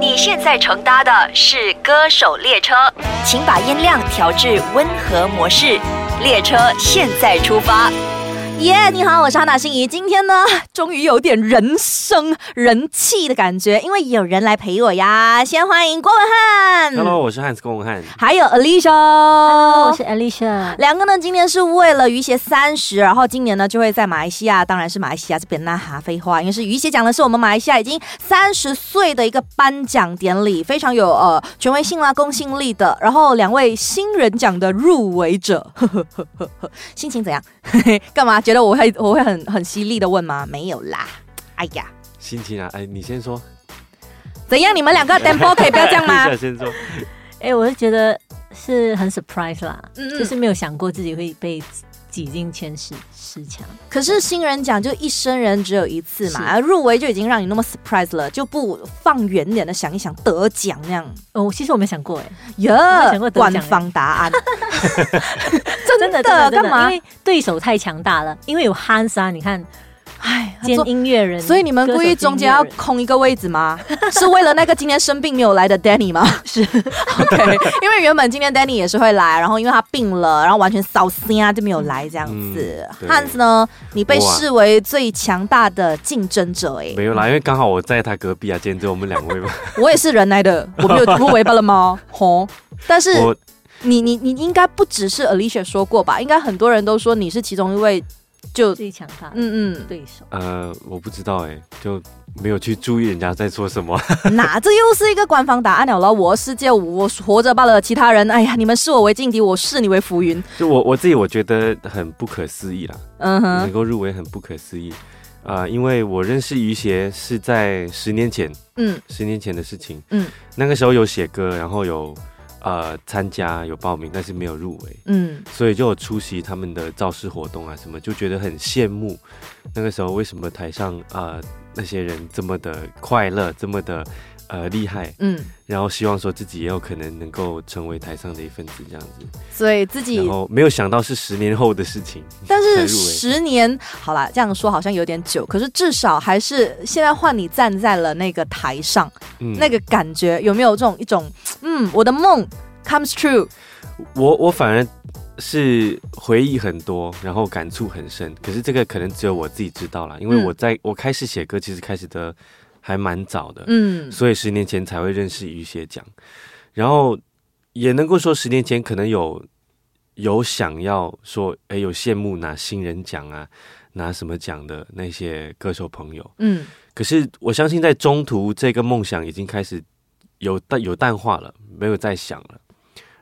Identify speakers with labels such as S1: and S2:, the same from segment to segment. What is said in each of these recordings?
S1: 你现在乘搭的是歌手列车，请把音量调至温和模式。列车现在出发。
S2: 耶你好，我是哈娜心怡。今天呢，终于有点人声人气的感觉，因为有人来陪我呀。先欢迎郭文翰
S3: Hello，我是汉斯龚文翰。
S2: 还有 Alicia，
S4: 我是 Alicia。
S2: 两个呢，今年是为了鱼协三十，然后今年呢就会在马来西亚，当然是马来西亚这边啦哈，废话，因为是鱼协讲的是我们马来西亚已经三十岁的一个颁奖典礼，非常有呃权威性啦、公信力的。然后两位新人奖的入围者， 呵呵呵呵呵，心情怎样？ 嘿嘿干嘛？觉得我会我会很很犀利的问吗？没有啦。哎呀，
S3: 心情啊，哎，你 先说。
S2: 怎样？你们两个 tempo 可以不要这样吗？
S3: Alicia 啊先 说。
S4: 哎、我是觉得是很 surprise 啦，
S2: 嗯嗯
S4: 就是没有想过自己会被挤进前十十强。
S2: 可是新人奖就一生人只有一次嘛，
S4: 是
S2: 啊入围就已经让你那么 surprise 了，就不放远点的想一想得奖那样，
S4: 哦，其实我没想过哎、
S2: 耶、
S4: 没想过得奖
S2: 官
S4: 欸
S2: 方答 案，
S4: 真
S2: 的
S4: 的真的
S2: 干嘛
S4: 因为对手太强大了，因为有 Hans 啊，你看
S2: 哎，他
S4: 兼
S2: 说
S4: 音乐人，
S2: 所以你们故意中间要
S4: 歌手兼音乐人
S2: 空一个位置 吗？是为了那个今天生病没有来的 Danny 吗？是，OK，因为原本今天 Danny 也是会来，然后因为他病了，然后完全扫兴啊就没有来这样子。
S3: 嗯对
S2: Hans 呢，你被
S3: 哇
S2: 视为最强大的竞争者哎、
S3: 没有啦，因为刚好我在他隔壁啊，今天只有我们两位嘛。
S2: 我也是人来的，我没有入围罢了 吗？吼！但 是
S3: 我
S2: 你你你应该不只是 Alicia 说过吧？应该很多人都说你是其中一位就，
S4: 最强大的
S2: 嗯嗯，
S4: 对手。
S3: 呃，我不知道哎、就没有去注意人家在说什么。
S2: 哪这又是一个官方答案了咯？我世界我活着罢了，其他人，哎呀，你们视我为劲敌，我视你为浮云。
S3: 就我我自己，我觉得很不可思议啦，
S2: 嗯
S3: 能
S2: 哼，
S3: 够入围很不可思议。啊、因为我认识于邪是在十年前，
S2: 嗯
S3: 十年前的事情。
S2: 嗯，
S3: 那个时候有写歌，然后有呃参加有报名，但是没有入围。
S2: 嗯，
S3: 所以就有出席他们的造势活动啊什么，就觉得很羡慕。那个时候为什么台上啊、呃那些人这么的快乐，这么的呃厉害，
S2: 嗯，
S3: 然后希望说自己也有可能能够成为台上的一份子这样子。
S2: 所以自己
S3: 然后没有想到是十年后的事情，
S2: 但
S3: 才
S2: 是
S3: 入围
S2: 十年，好啦，这样说好像有点久，可是至少还是现在换你站在了那个台上，
S3: 嗯
S2: 那个感觉有没有这种一种，嗯，我的梦 comes true，
S3: 我我反而是回忆很多，然后感触很深。可是这个可能只有我自己知道啦，因为
S2: 嗯
S3: 我在、我开始写歌，其实开始的还蛮早的，
S2: 嗯
S3: 所以十年前才会认识雨雪奖，然后也能够说十年前可能有有想要说，哎，有羡慕拿新人奖啊，拿什么奖的那些歌手朋友，
S2: 嗯
S3: 可是我相信在中途这个梦想已经开始有淡有淡化了，没有再想了。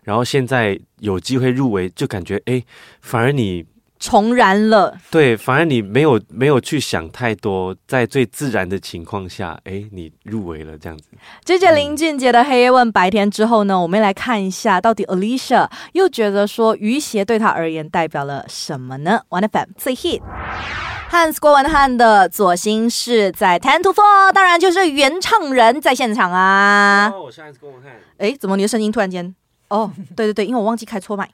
S3: 然后现在有机会入围，就感觉哎，反而你
S2: 重燃了，
S3: 对，反而你没有没有去想太多，在最自然的情况下，哎，你入围了这样子。
S2: 接着林俊杰的《黑夜问白天》之后呢，我们来看一下到底 Alicia 又觉得说鱼鞋对她而言代表了什么呢？One FM 最 hit。Hans 郭文翰的左心室在 Ten to Four，当然就是原唱人在现场啊。
S3: 哦我是安子龚文翰。
S2: 诶，怎么你的声音突然间？哦，对对对，因为我忘记开错麦，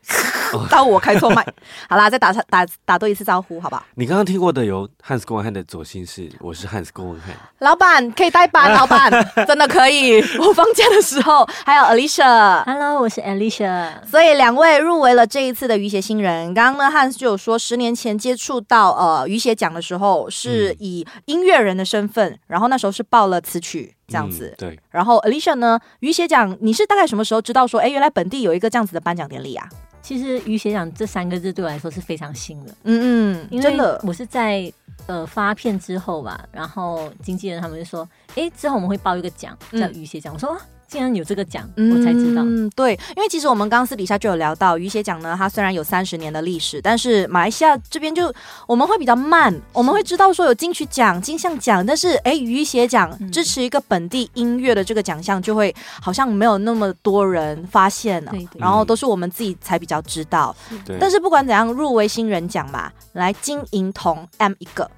S2: 到我开错麦。好啦，再打打打多一次招呼，好不好？
S3: 你刚刚听过的有汉斯龚文翰的左心室，我是汉斯龚文翰。
S2: 老板可以代班，老板真的可以。我放假的时候还有 Alicia。
S4: Hello，我是 Alicia。
S2: 所以两位入围了这一次的鱼鞋新人。刚刚呢，汉斯就有说，十年前接触到呃鱼鞋奖的时候，是
S3: 嗯
S2: 以音乐人的身份，然后那时候是报了词曲这样子。
S3: 嗯对，
S2: 然后 Alicia 呢，鱼鞋奖你是大概什么时候知道说，哎，原来本地有一个这样子的颁奖典礼啊？
S4: 其实于学长这三个字对我来说是非常新的，
S2: 嗯嗯，
S4: 因
S2: 真
S4: 为
S2: 的，
S4: 我是在呃发片之后吧，然后经纪人他们就说，哎，之后我们会报一个奖
S2: 嗯
S4: 叫于学奖，我说啊，竟然有这个奖，
S2: 嗯
S4: 我才知道。
S2: 嗯，对，因为其实我们刚刚私底下就有聊到，鱼鞋奖呢，它虽然有三十年的历史，但是马来西亚这边就我们会比较慢，我们会知道说有金曲奖、金像奖，但是哎，鱼鞋奖
S4: 嗯
S2: 支持一个本地音乐的这个奖项，就会好像没有那么多人发现了
S4: 对，对
S2: 然后都是我们自己才比较知道。
S3: 对
S2: 但是不管怎样，入围新人奖嘛，来金银铜 M 一个。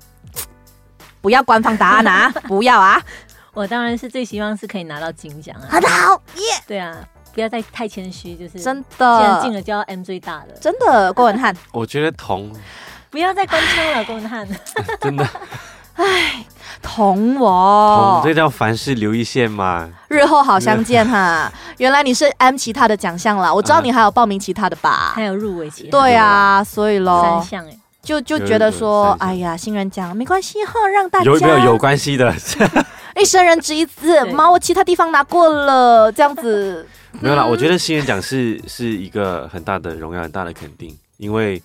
S2: 不要官方答案啊！ 不要啊！
S4: 我当然是最希望是可以拿到金奖啊
S2: 很，好，
S4: 对啊，不要再太谦虚，就是
S2: 真
S4: 既然进
S2: 的，
S4: 了就要 M 最大的，
S2: 真的，郭文翰，
S3: 我觉得同
S4: 不要再官腔了，龚汉。
S3: 真的
S2: 同
S3: 哦
S2: 我，，
S3: 这叫凡事留一线嘛。
S2: 日后好相见 哈。原来你是 M 其他的奖项
S3: 啊
S2: 啦，我知道你还有报名其他的吧
S4: 还？有入围其他
S2: 对啊，所以
S4: 三
S2: 咯，
S4: 项哎，
S2: 就就觉得说
S3: 有有有，三项
S2: 哎呀，新人奖没关系哈，让大家
S3: 有没有有关 系的？
S2: 一生人只一次，
S4: 对
S2: 妈，我其他地方拿过了，这样子
S3: 没有啦，我觉得新人奖是是一个很大的荣耀，很大的肯定，因为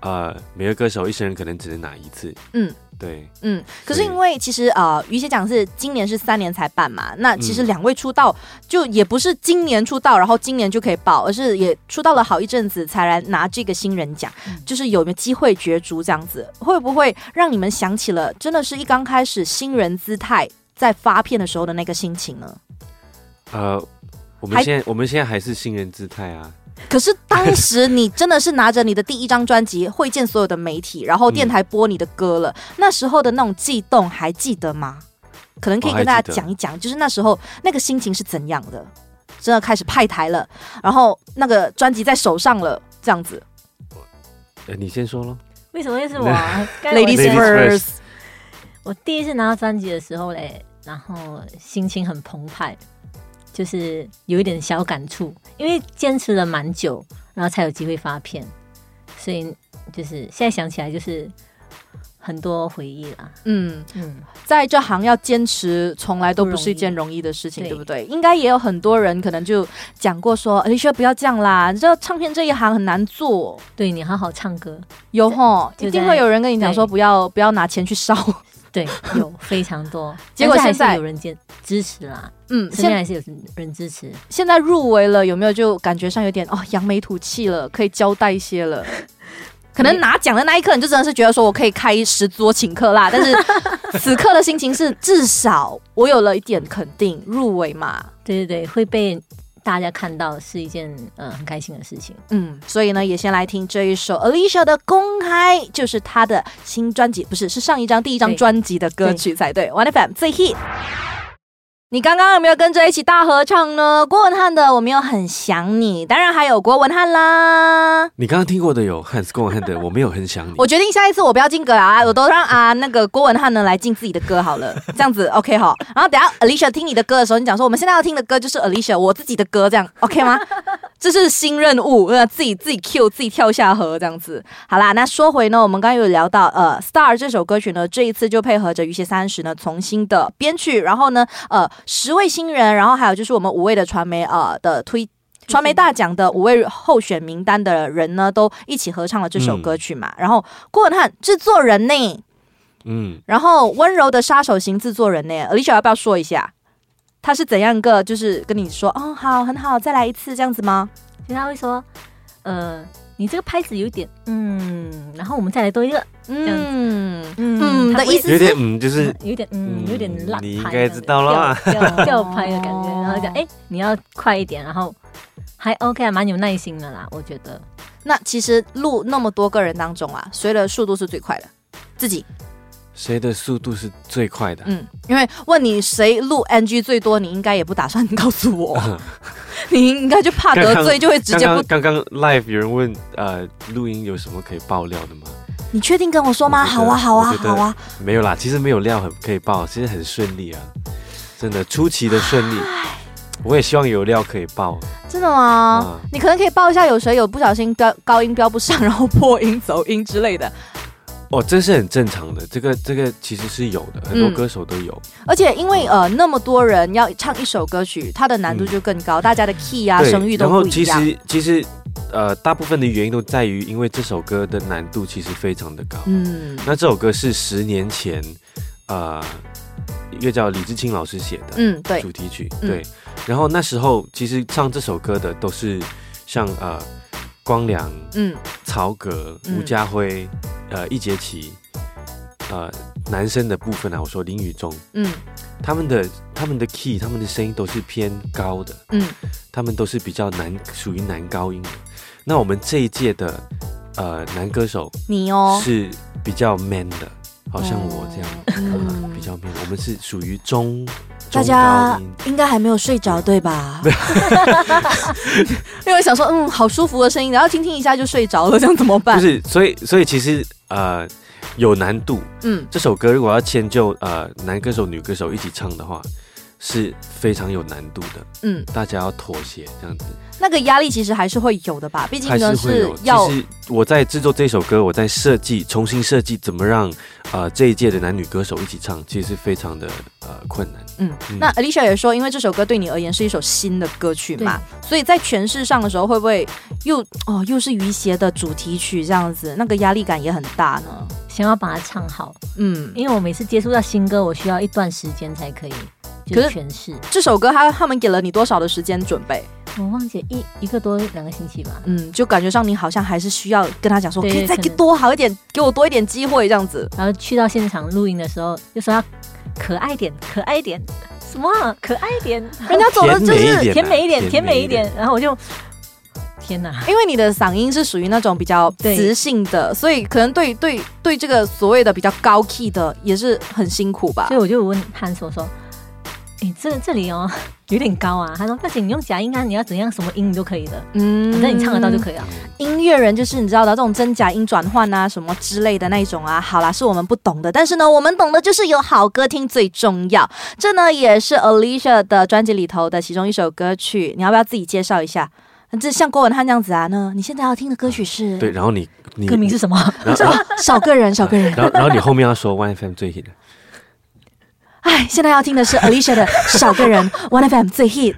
S3: 呃，每个歌手一生人可能只能拿一次。
S2: 嗯，
S3: 对，
S2: 嗯，可是
S3: 对
S2: 因为其实呃，于些奖是今年是三年才办嘛，那其实两位出道就也不是今年出道，然后今年就可以报，而是也出道了好一阵子才来拿这个新人奖，就是有没有机会角逐这样子，会不会让你们想起了真的是一刚开始新人姿态在发片的时候的那个心情呢？
S3: 呃，我们
S2: 还
S3: 现在我们现在还是新人姿态啊。
S2: 可是当时你真的是拿着你的第一张专辑会见所有的媒体，然后电台播你的歌 了，那时候的那种悸动还记得吗？可能可以
S3: 哦我还
S2: 跟大
S3: 记
S2: 家
S3: 得
S2: 讲一讲，就是那时候那个心情是怎样的？真的开始派台了，然后那个专辑在手上了，这样子。
S3: 呃，你先说咯。
S4: 为什么又是 我啊该我
S2: Ladies
S3: Ladies
S4: 先
S2: first，
S3: first
S4: 我第一次拿到专辑的时候嘞，然后心情很澎湃，就是有一点小感触，因为坚持了蛮久，然后才有机会发片，所以就是现在想起来就是很多回忆啦。
S2: 嗯，
S4: 嗯，
S2: 在这行要坚持，从来都
S4: 不
S2: 不
S4: 容易
S2: 是一件容易的事情，
S4: 对
S2: 对不对？应该也有很多人可能就讲过说，哎，说不要这样啦，你知道唱片这一行很难做。
S4: 对你好好唱歌，
S2: 有吼，
S4: 就
S2: 一定
S4: 在
S2: 会有人跟你讲说
S4: 对
S2: 不要不要拿钱去烧。
S4: 对，有非常多，
S2: 结果
S4: 但是还
S2: 现在
S4: 是有人坚支持啦，
S2: 嗯，
S4: 身边
S2: 现
S4: 还是有人支持。
S2: 现在入围了，有没有就感觉上有点哦扬眉吐气了，可以交代一些了？ 可能拿奖的那一刻，你就真的是觉得说我可以开十桌请客啦，但是 此刻的心情是至少我有了一点肯定，入围嘛，
S4: 对对对，会被大家看到是一件嗯、呃很开心的事情。
S2: 嗯，所以呢，也先来听这一首 Alicia 的《公开》，就是她的新专辑，不是是上一张第一张
S4: 对
S2: 专辑的歌曲才对。One FM 最 hit。你刚刚有没有跟着一起大合唱呢？郭文翰的《我没有很想你》，当然还有郭文翰啦。
S3: 你刚刚听过的有 Hans 跟我 h a n 我没有很想你。
S2: 我决定下一次我不要进歌啊，我都让啊那个郭文翰呢来进自己的歌好了，这样子 OK 好。然后等一下 Alicia 听你的歌的时候，你讲说我们现在要听的歌就是 Alicia 我自己的歌，这样 OK 吗？这是新任务，呃，自己自己 Q 自己跳下河这样子。好啦，那说回呢，我们刚刚有聊到呃《Star》这首歌曲呢，这一次就配合着《鱼些三十》呢重新的编曲，然后呢呃十位新人，然后还有就是我们五位的传媒呃的推。传媒大奖的五位候选名单的人呢，都一起合唱了这首歌曲嘛。然后郭文翰制作人呢，
S3: 嗯，
S2: 然后温柔的杀手型制作人呢，Alicia 要不要说一下，他是怎样个就是跟你说，哦好很好，再来一次这样子吗？
S4: 就是他会说，呃，你这个拍子有点，嗯，然后我们再来多一个，样子
S2: 嗯
S4: 嗯
S2: 的意思
S3: 有
S2: 是
S3: 点嗯，就是
S4: 有点，嗯，有点烂拍，
S3: 你应该知道啦。
S4: 这样 子，掉掉拍的感觉，
S2: 哦
S4: 然后讲，哎，你要快一点，然后还 OK，啊蛮有耐心的啦，我觉得。
S2: 那其实录那么多个人当中啊，谁的速度是最快的？自己，
S3: 谁的速度是最快的？
S2: 嗯，因为问你谁录 NG 最多，你应该也不打算告诉我， 你应该就怕得罪，就会直
S3: 刚
S2: 接不
S3: 刚。刚刚 live 有人问，呃，录音有什么可以爆料的吗？
S2: 你确定跟我说吗？好
S3: 我觉得
S2: 啊，好啊，
S3: 我觉得
S2: 好啊。
S3: 没有啦，其实没有料很可以爆，其实很顺利啊，真的出奇的顺利。我也希望有料可以爆，
S2: 真的吗？
S3: 嗯
S2: 你可能可以报一下，有谁有不小心标高音标不上，然后破音、走音之 类的。
S3: 哦，这是很正常的，这个这个其实是有的，很多
S2: 嗯
S3: 歌手都有。
S2: 而且因为呃那么多人要唱一首歌曲，它的难度就更高，大家的 key 啊、
S3: 嗯对，
S2: 声域都
S3: 然后
S2: 不
S3: 其
S2: 一样。
S3: 实其实呃，大部分的原因都在于，因为这首歌的难度其实非常的高。
S2: 嗯
S3: 那这首歌是十年前，呃，一个叫李志清老师写的
S2: 嗯，对，
S3: 主题曲，
S2: 嗯
S3: 对。然后那时候其实唱这首歌的都是像呃光良、
S2: 嗯
S3: 曹格、
S2: 嗯
S3: 吴家辉、呃易杰奇，呃男生的部分啊，我说林宇中，
S2: 嗯
S3: 他们的他们的 key，他们的声音都是偏高的，
S2: 嗯
S3: 他们都是比较男属于男高音的。那我们这一届的呃男歌手
S2: 你哦，
S3: 是比较 man 的，好像我这样。
S2: 嗯
S3: 比较面，我们是属于中
S2: 大
S3: 中
S2: 家
S3: 高音，
S2: 应该还没有睡着对 吧？因为想说，嗯，好舒服的声音，然后听听一下就睡着了，这样怎么
S3: 不
S2: 办？
S3: 是，所以所以其实呃，有难度。
S2: 嗯，
S3: 这首歌如果要迁就呃男歌手、女歌手一起唱的话，是非常有难度的。
S2: 嗯，
S3: 大家要妥协这样子，
S2: 那个压力其实还是会有的吧，毕竟
S3: 还
S2: 呢
S3: 是会
S2: 是
S3: 有。
S2: 要
S3: 其实我在制作这首歌，我在设计重新设计怎么让呃这一届的男女歌手一起唱，其实是非常的呃困难。
S2: 嗯
S3: 嗯，
S2: 那 Alicia 也说，因为这首歌对你而言是一首新的歌曲嘛，所以在诠释上的时候，会不会又哦又是余邪的主题曲这样子，那个压力感也很大呢？
S4: 想要把它唱好，
S2: 嗯，
S4: 因为我每次接触到新歌，我需要一段时间才可以就
S2: 可
S4: 是
S2: 是
S4: 诠释。
S2: 这首歌他他们给了你多少的时间准备？
S4: 我忘记一一个多两个星期吧。
S2: 嗯，就感觉上你好像还是需要跟他讲说，可
S4: 对
S2: 以再
S4: 可
S2: 给
S4: 能哦
S2: 多好一点，给我多一点机会这样子。
S4: 然后去到现场录音的时候，就说要可爱点，可爱点，什么啊可爱点，
S2: 人家走的就
S3: 甜美一
S2: 是
S3: 点啊
S4: 甜美一点，
S3: 甜
S4: 甜
S3: 美
S4: 美
S3: 一
S4: 一
S3: 点啊
S4: 点。然后我就，天哪，
S2: 因为你的嗓音是属于那种比较
S4: 对
S2: 磁性的，所以可能对对对这个所谓的比较高 key 的也是很辛苦吧
S4: 所。以我就问潘所说。哎，这这里哦，有点高啊。他说：“不行，你用假音啊，你要怎样，什么音你都可以的，
S2: 嗯
S4: 反正你唱得到就可以了。
S2: 音乐人就是你知道的这种真假音转换啊，什么之类的那一种啊。好啦，是我们不懂的，但是呢，我们懂的就是有好歌听最重要。这呢也是 Alicia 的专辑里头的其中一首歌曲，你要不要自己介绍一下？嗯这像郭文翰这样子啊，那你现在要听的歌曲是
S3: 对，，然后你你
S4: 歌名是什么？
S3: 然后然后
S2: 少个 人，少个人。
S3: 然后然后你后面要说 One FM 最 hit 的，
S2: 哎，现在要听的是 Alicia 的《少个人》，One FM 最 hit。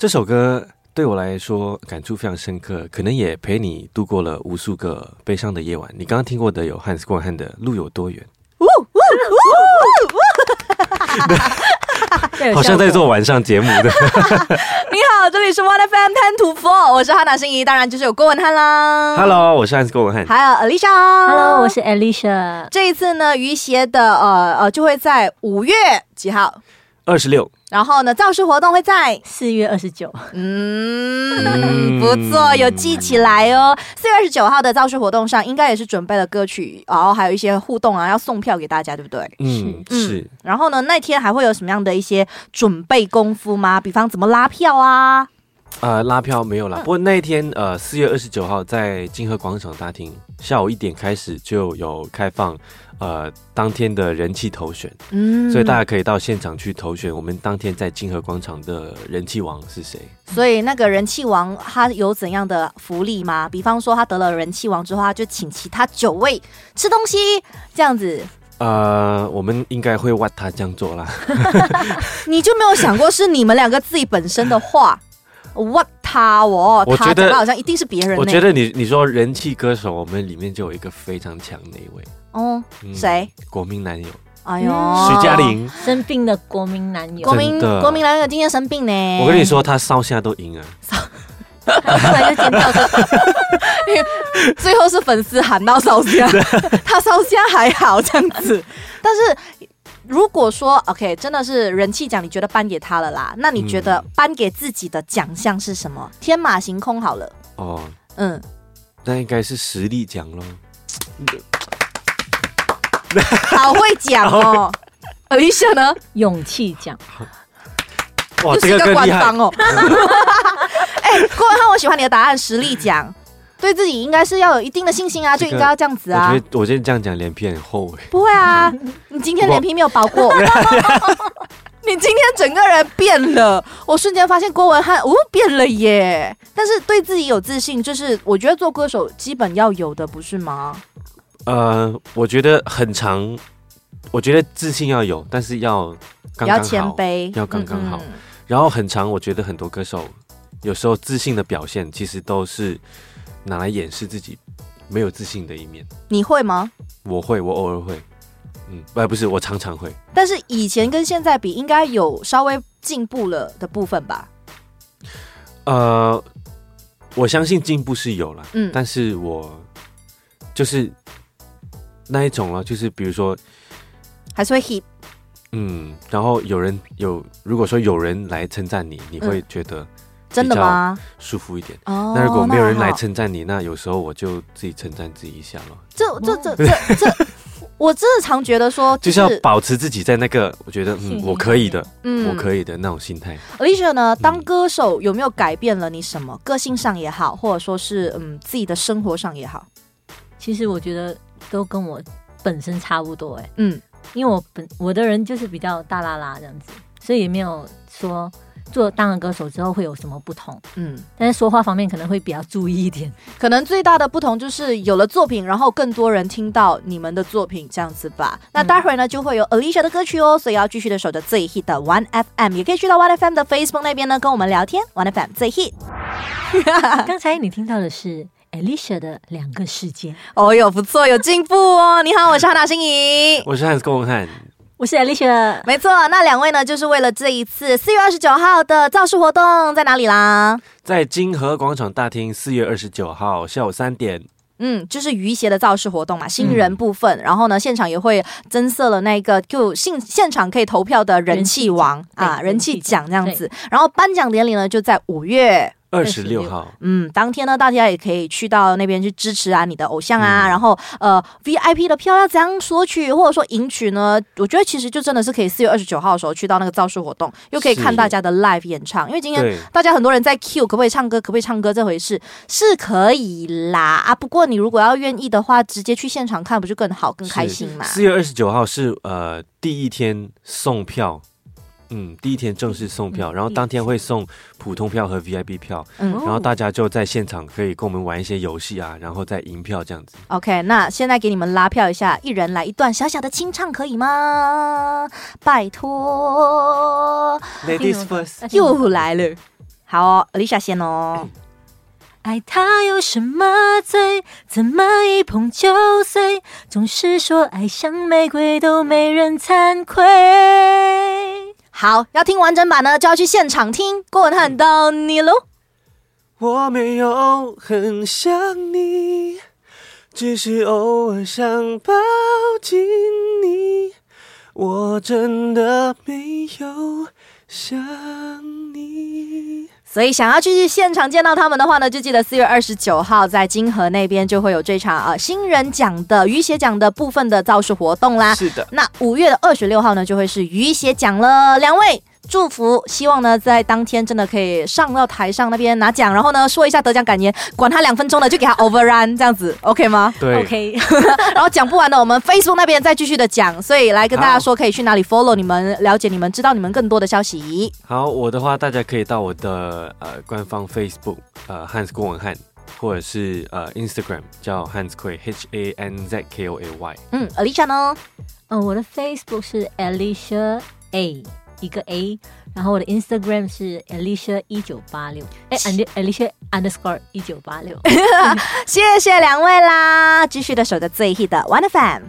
S3: 这首歌对我来说感触非常深刻，可能也陪你度过了无数个悲伤的夜晚。你刚刚听过的有汉斯冠汉的《路有多远
S2: 呜呜
S4: 对》，
S3: 好像
S4: 效果
S3: 在做晚上节目的。
S2: 你好，这里是 One FM 贪图 Four，我是哈娜心怡，当然就是有郭文翰啦。
S3: Hello，我是汉斯冠汉。
S2: 还有 Alicia。
S3: 啊
S4: Hello，我是 Alicia。
S2: 这一次呢，于协的呃呃就会在五月几号，
S3: 二十六，
S2: 然后呢，造势活动会在
S4: 四月二十九，
S2: 嗯，
S3: 嗯
S2: 不错，有记起来哦。四月二十九号的造势活动上，应该也是准备了歌曲，然后还有一些互动啊，要送票给大家，对不对？
S3: 嗯，是。
S2: 然后呢，那天还会有什么样的一些准备功夫吗？比方怎么拉票啊？
S3: 呃，拉票没有啦。不过那一天，呃，四月二十九号在金河广场大厅，下午一点开始就有开放，呃，当天的人气投选，
S2: 嗯
S3: 所以大家可以到现场去投选，我们当天在金河广场的人气王是谁？
S2: 嗯所以那个人气王他有怎样的福利吗？比方说他得了人气王之后，他就请其他九位吃东西，这样子，
S3: 呃，我们应该会挖他这样做啦。
S2: 你就没有想过是你们两个自己本身的 话 w 他我
S3: 我
S2: 他
S3: 觉得
S2: 讲到好像一定是别人呢、
S3: 我觉得你你说人气歌手，我们里面就有一个非常强的一位，
S2: 哦，
S3: 嗯
S2: 谁？
S3: 国民男友徐
S2: 哎呦，
S4: 嗯
S3: 嘉，玲。
S4: 生病的国民男友
S2: 国，民
S3: 真的
S2: 国民男友今天生病呢。
S3: 我跟你，说，他烧下都赢啊！
S4: 突然就尖叫说
S2: 最后是粉丝喊到烧香，他烧香还好这样子，但是。如果说 OK，真的是人气奖，你觉得颁给他了啦？那你觉
S3: 嗯
S2: 得颁给自己的奖项是什么？天马行空好了，
S3: 哦，
S2: 嗯，
S3: 那应该是实力奖喽。
S2: 好会讲哦。Alicia 呢？
S4: 勇气奖。
S2: 又
S3: 哇，
S2: 是
S3: 这
S2: 一
S3: 个
S2: 个
S3: 更
S2: 官
S3: 厉害
S2: 方。哦。 哎、郭文浩，我喜欢你的答案，实力讲，对自己应该是要有一定的信心啊，
S3: 这
S2: 就
S3: 个
S2: 应该要这样子啊
S3: 我觉。得我今天这样讲，脸皮很厚哎。
S2: 不会啊，你今天脸皮没有薄 过，你今天整个人变了。我瞬间发现郭文翰哦变了耶，但是对自己有自信，就是我觉得做歌手基本要有的，不是吗？
S3: 呃，我觉得很长，我觉得自信要有，但是要
S2: 比
S3: 刚
S2: 较
S3: 刚好。
S2: 谦卑，
S3: 要刚刚好
S2: 嗯嗯
S3: 然后很长，我觉得很多歌手有时候自信的表现，其实都是拿来掩饰自己没有自信的一面。
S2: 你会吗？
S3: 我会，我偶尔会，嗯，不不是，我常常会。
S2: 但是以前跟现在比，应该有稍微进步了的部分吧？
S3: 呃，我相信进步是有了，
S2: 嗯
S3: 但是我就是那一种了，就是比如说，
S2: 还是会 hit
S3: 嗯，然后有人有，如果说有人来称赞你，你会觉得
S2: 真的吗？
S3: 舒服一点。
S2: 嗯哦
S3: 那如果没有人来
S2: 那还好
S3: 称赞你，那有时候我就自己称赞自己一下咯，
S2: 这这这这这， 我真的常觉得说，
S3: 就是是要保持自己在那个我觉得嗯我可以的，
S2: 嗯
S3: 我可以的嗯那种心态。
S2: Alicia 呢，当歌手有没有改变了你什么？个性上也好，或者说是嗯自己的生活上也好，
S4: 其实我觉得都跟我本身差不多哎、
S2: 嗯，
S4: 因为我本我的人就是比较大啦啦这样子，所以也没有说做当了歌手之后会有什么不同，
S2: 嗯，
S4: 但是说话方面可能会比较注意一点。
S2: 可能最大的不同就是有了作品，然后更多人听到你们的作品这样子吧。那待会儿呢就会有 Alicia 的歌曲哦，所以要继续的守着最 hit 的 One FM，也可以去到 One FM 的 Facebook 那边呢跟我们聊天。One FM 最 hit。
S4: 刚才你听到的是 Alicia 的两个世界，
S2: 哦哟，不错，有进步哦。你好，我是哈娜心怡。
S3: 我是汉斯龚汉，
S4: 我是 Alicia，
S2: 没错，那两位呢，就是为了这一次四月二十九号的造势活动在哪里啦？
S3: 在金河广场大厅，四月二十九号下午三点，
S2: 嗯，就是鱼协的造势活动嘛，新人部分，然后呢，现场也会增设了那个就现现场可以投票的人气王啊，
S4: 人气奖对
S2: 人气奖这样子。然后颁奖典礼呢就在五月，
S3: 二十六号。
S2: 嗯，当天呢大家也可以去到那边去支持啊你的偶像啊，然后呃 VIP 的票要怎样索取或者说赢取呢？我觉得其实就真的是可以四月二十九号的时候去到那个造势活动，又可以
S3: 是
S2: 看大家的 live 演唱，因为今天
S3: 对，
S2: 大家很多人在 Q 可不可以唱歌，可不可以唱歌这回事是可以啦啊，不过你如果要愿意的话，直接去现场看不就更好、更开心嘛？
S3: 四月二十九号是呃第一天送票，嗯，第一天正式送票，
S4: 嗯
S3: 然后当天会送普通票和 VIP 票，
S2: 嗯
S3: 然后大家就在现场可以跟我们玩一些游戏啊，然后再赢票这样子。
S2: OK，那现在给你们拉票一下，一人来一段小小的清唱可以吗？拜托，
S4: 哎
S3: Ladies first，
S2: 又来了。好、哦，丽莎先哦。
S4: 爱他有什么罪？怎么一碰就碎？总是说爱像玫瑰，都没人惭愧。
S2: 好，要听完整版呢，就要去现场听。过看到你喽。
S3: 我没有很想你，只是偶尔想抱紧你，我真的没有想你。
S2: 所以想要去现场见到他们的话呢，就记得四月二十九号在金河那边就会有这场呃新人奖的鱼血奖的部分的造势活动啦。
S3: 是的，
S2: 那五月的二十六号呢，就会是鱼血奖了。两位祝福，希望呢在当天真的可以上到台上那边拿奖，然后呢说一下得奖感言，管他两分钟的就给他 overrun 这样子，OK 吗？
S3: 对
S4: OK，
S2: 然后讲不完的，我们 Facebook 那边再继续的讲。所以来跟大家说，可以去哪里 follow 你们，了解你们，知道你们更多的消息。
S3: 好，我的话，大家可以到我的呃官方 Facebook 呃 Hans 郭文翰，或者是呃 Instagram 叫 Hans Kui H A N Z K O A Y。
S2: 嗯，Alicia 呢？
S4: 嗯、我的 Facebook 是 Alicia A 一个 A，然后我的 Instagram 是 Alicia 一九八六，哎，Alicia underscore 一九八六。
S2: 谢谢两位啦，继续的守着最 hit 的 One FM。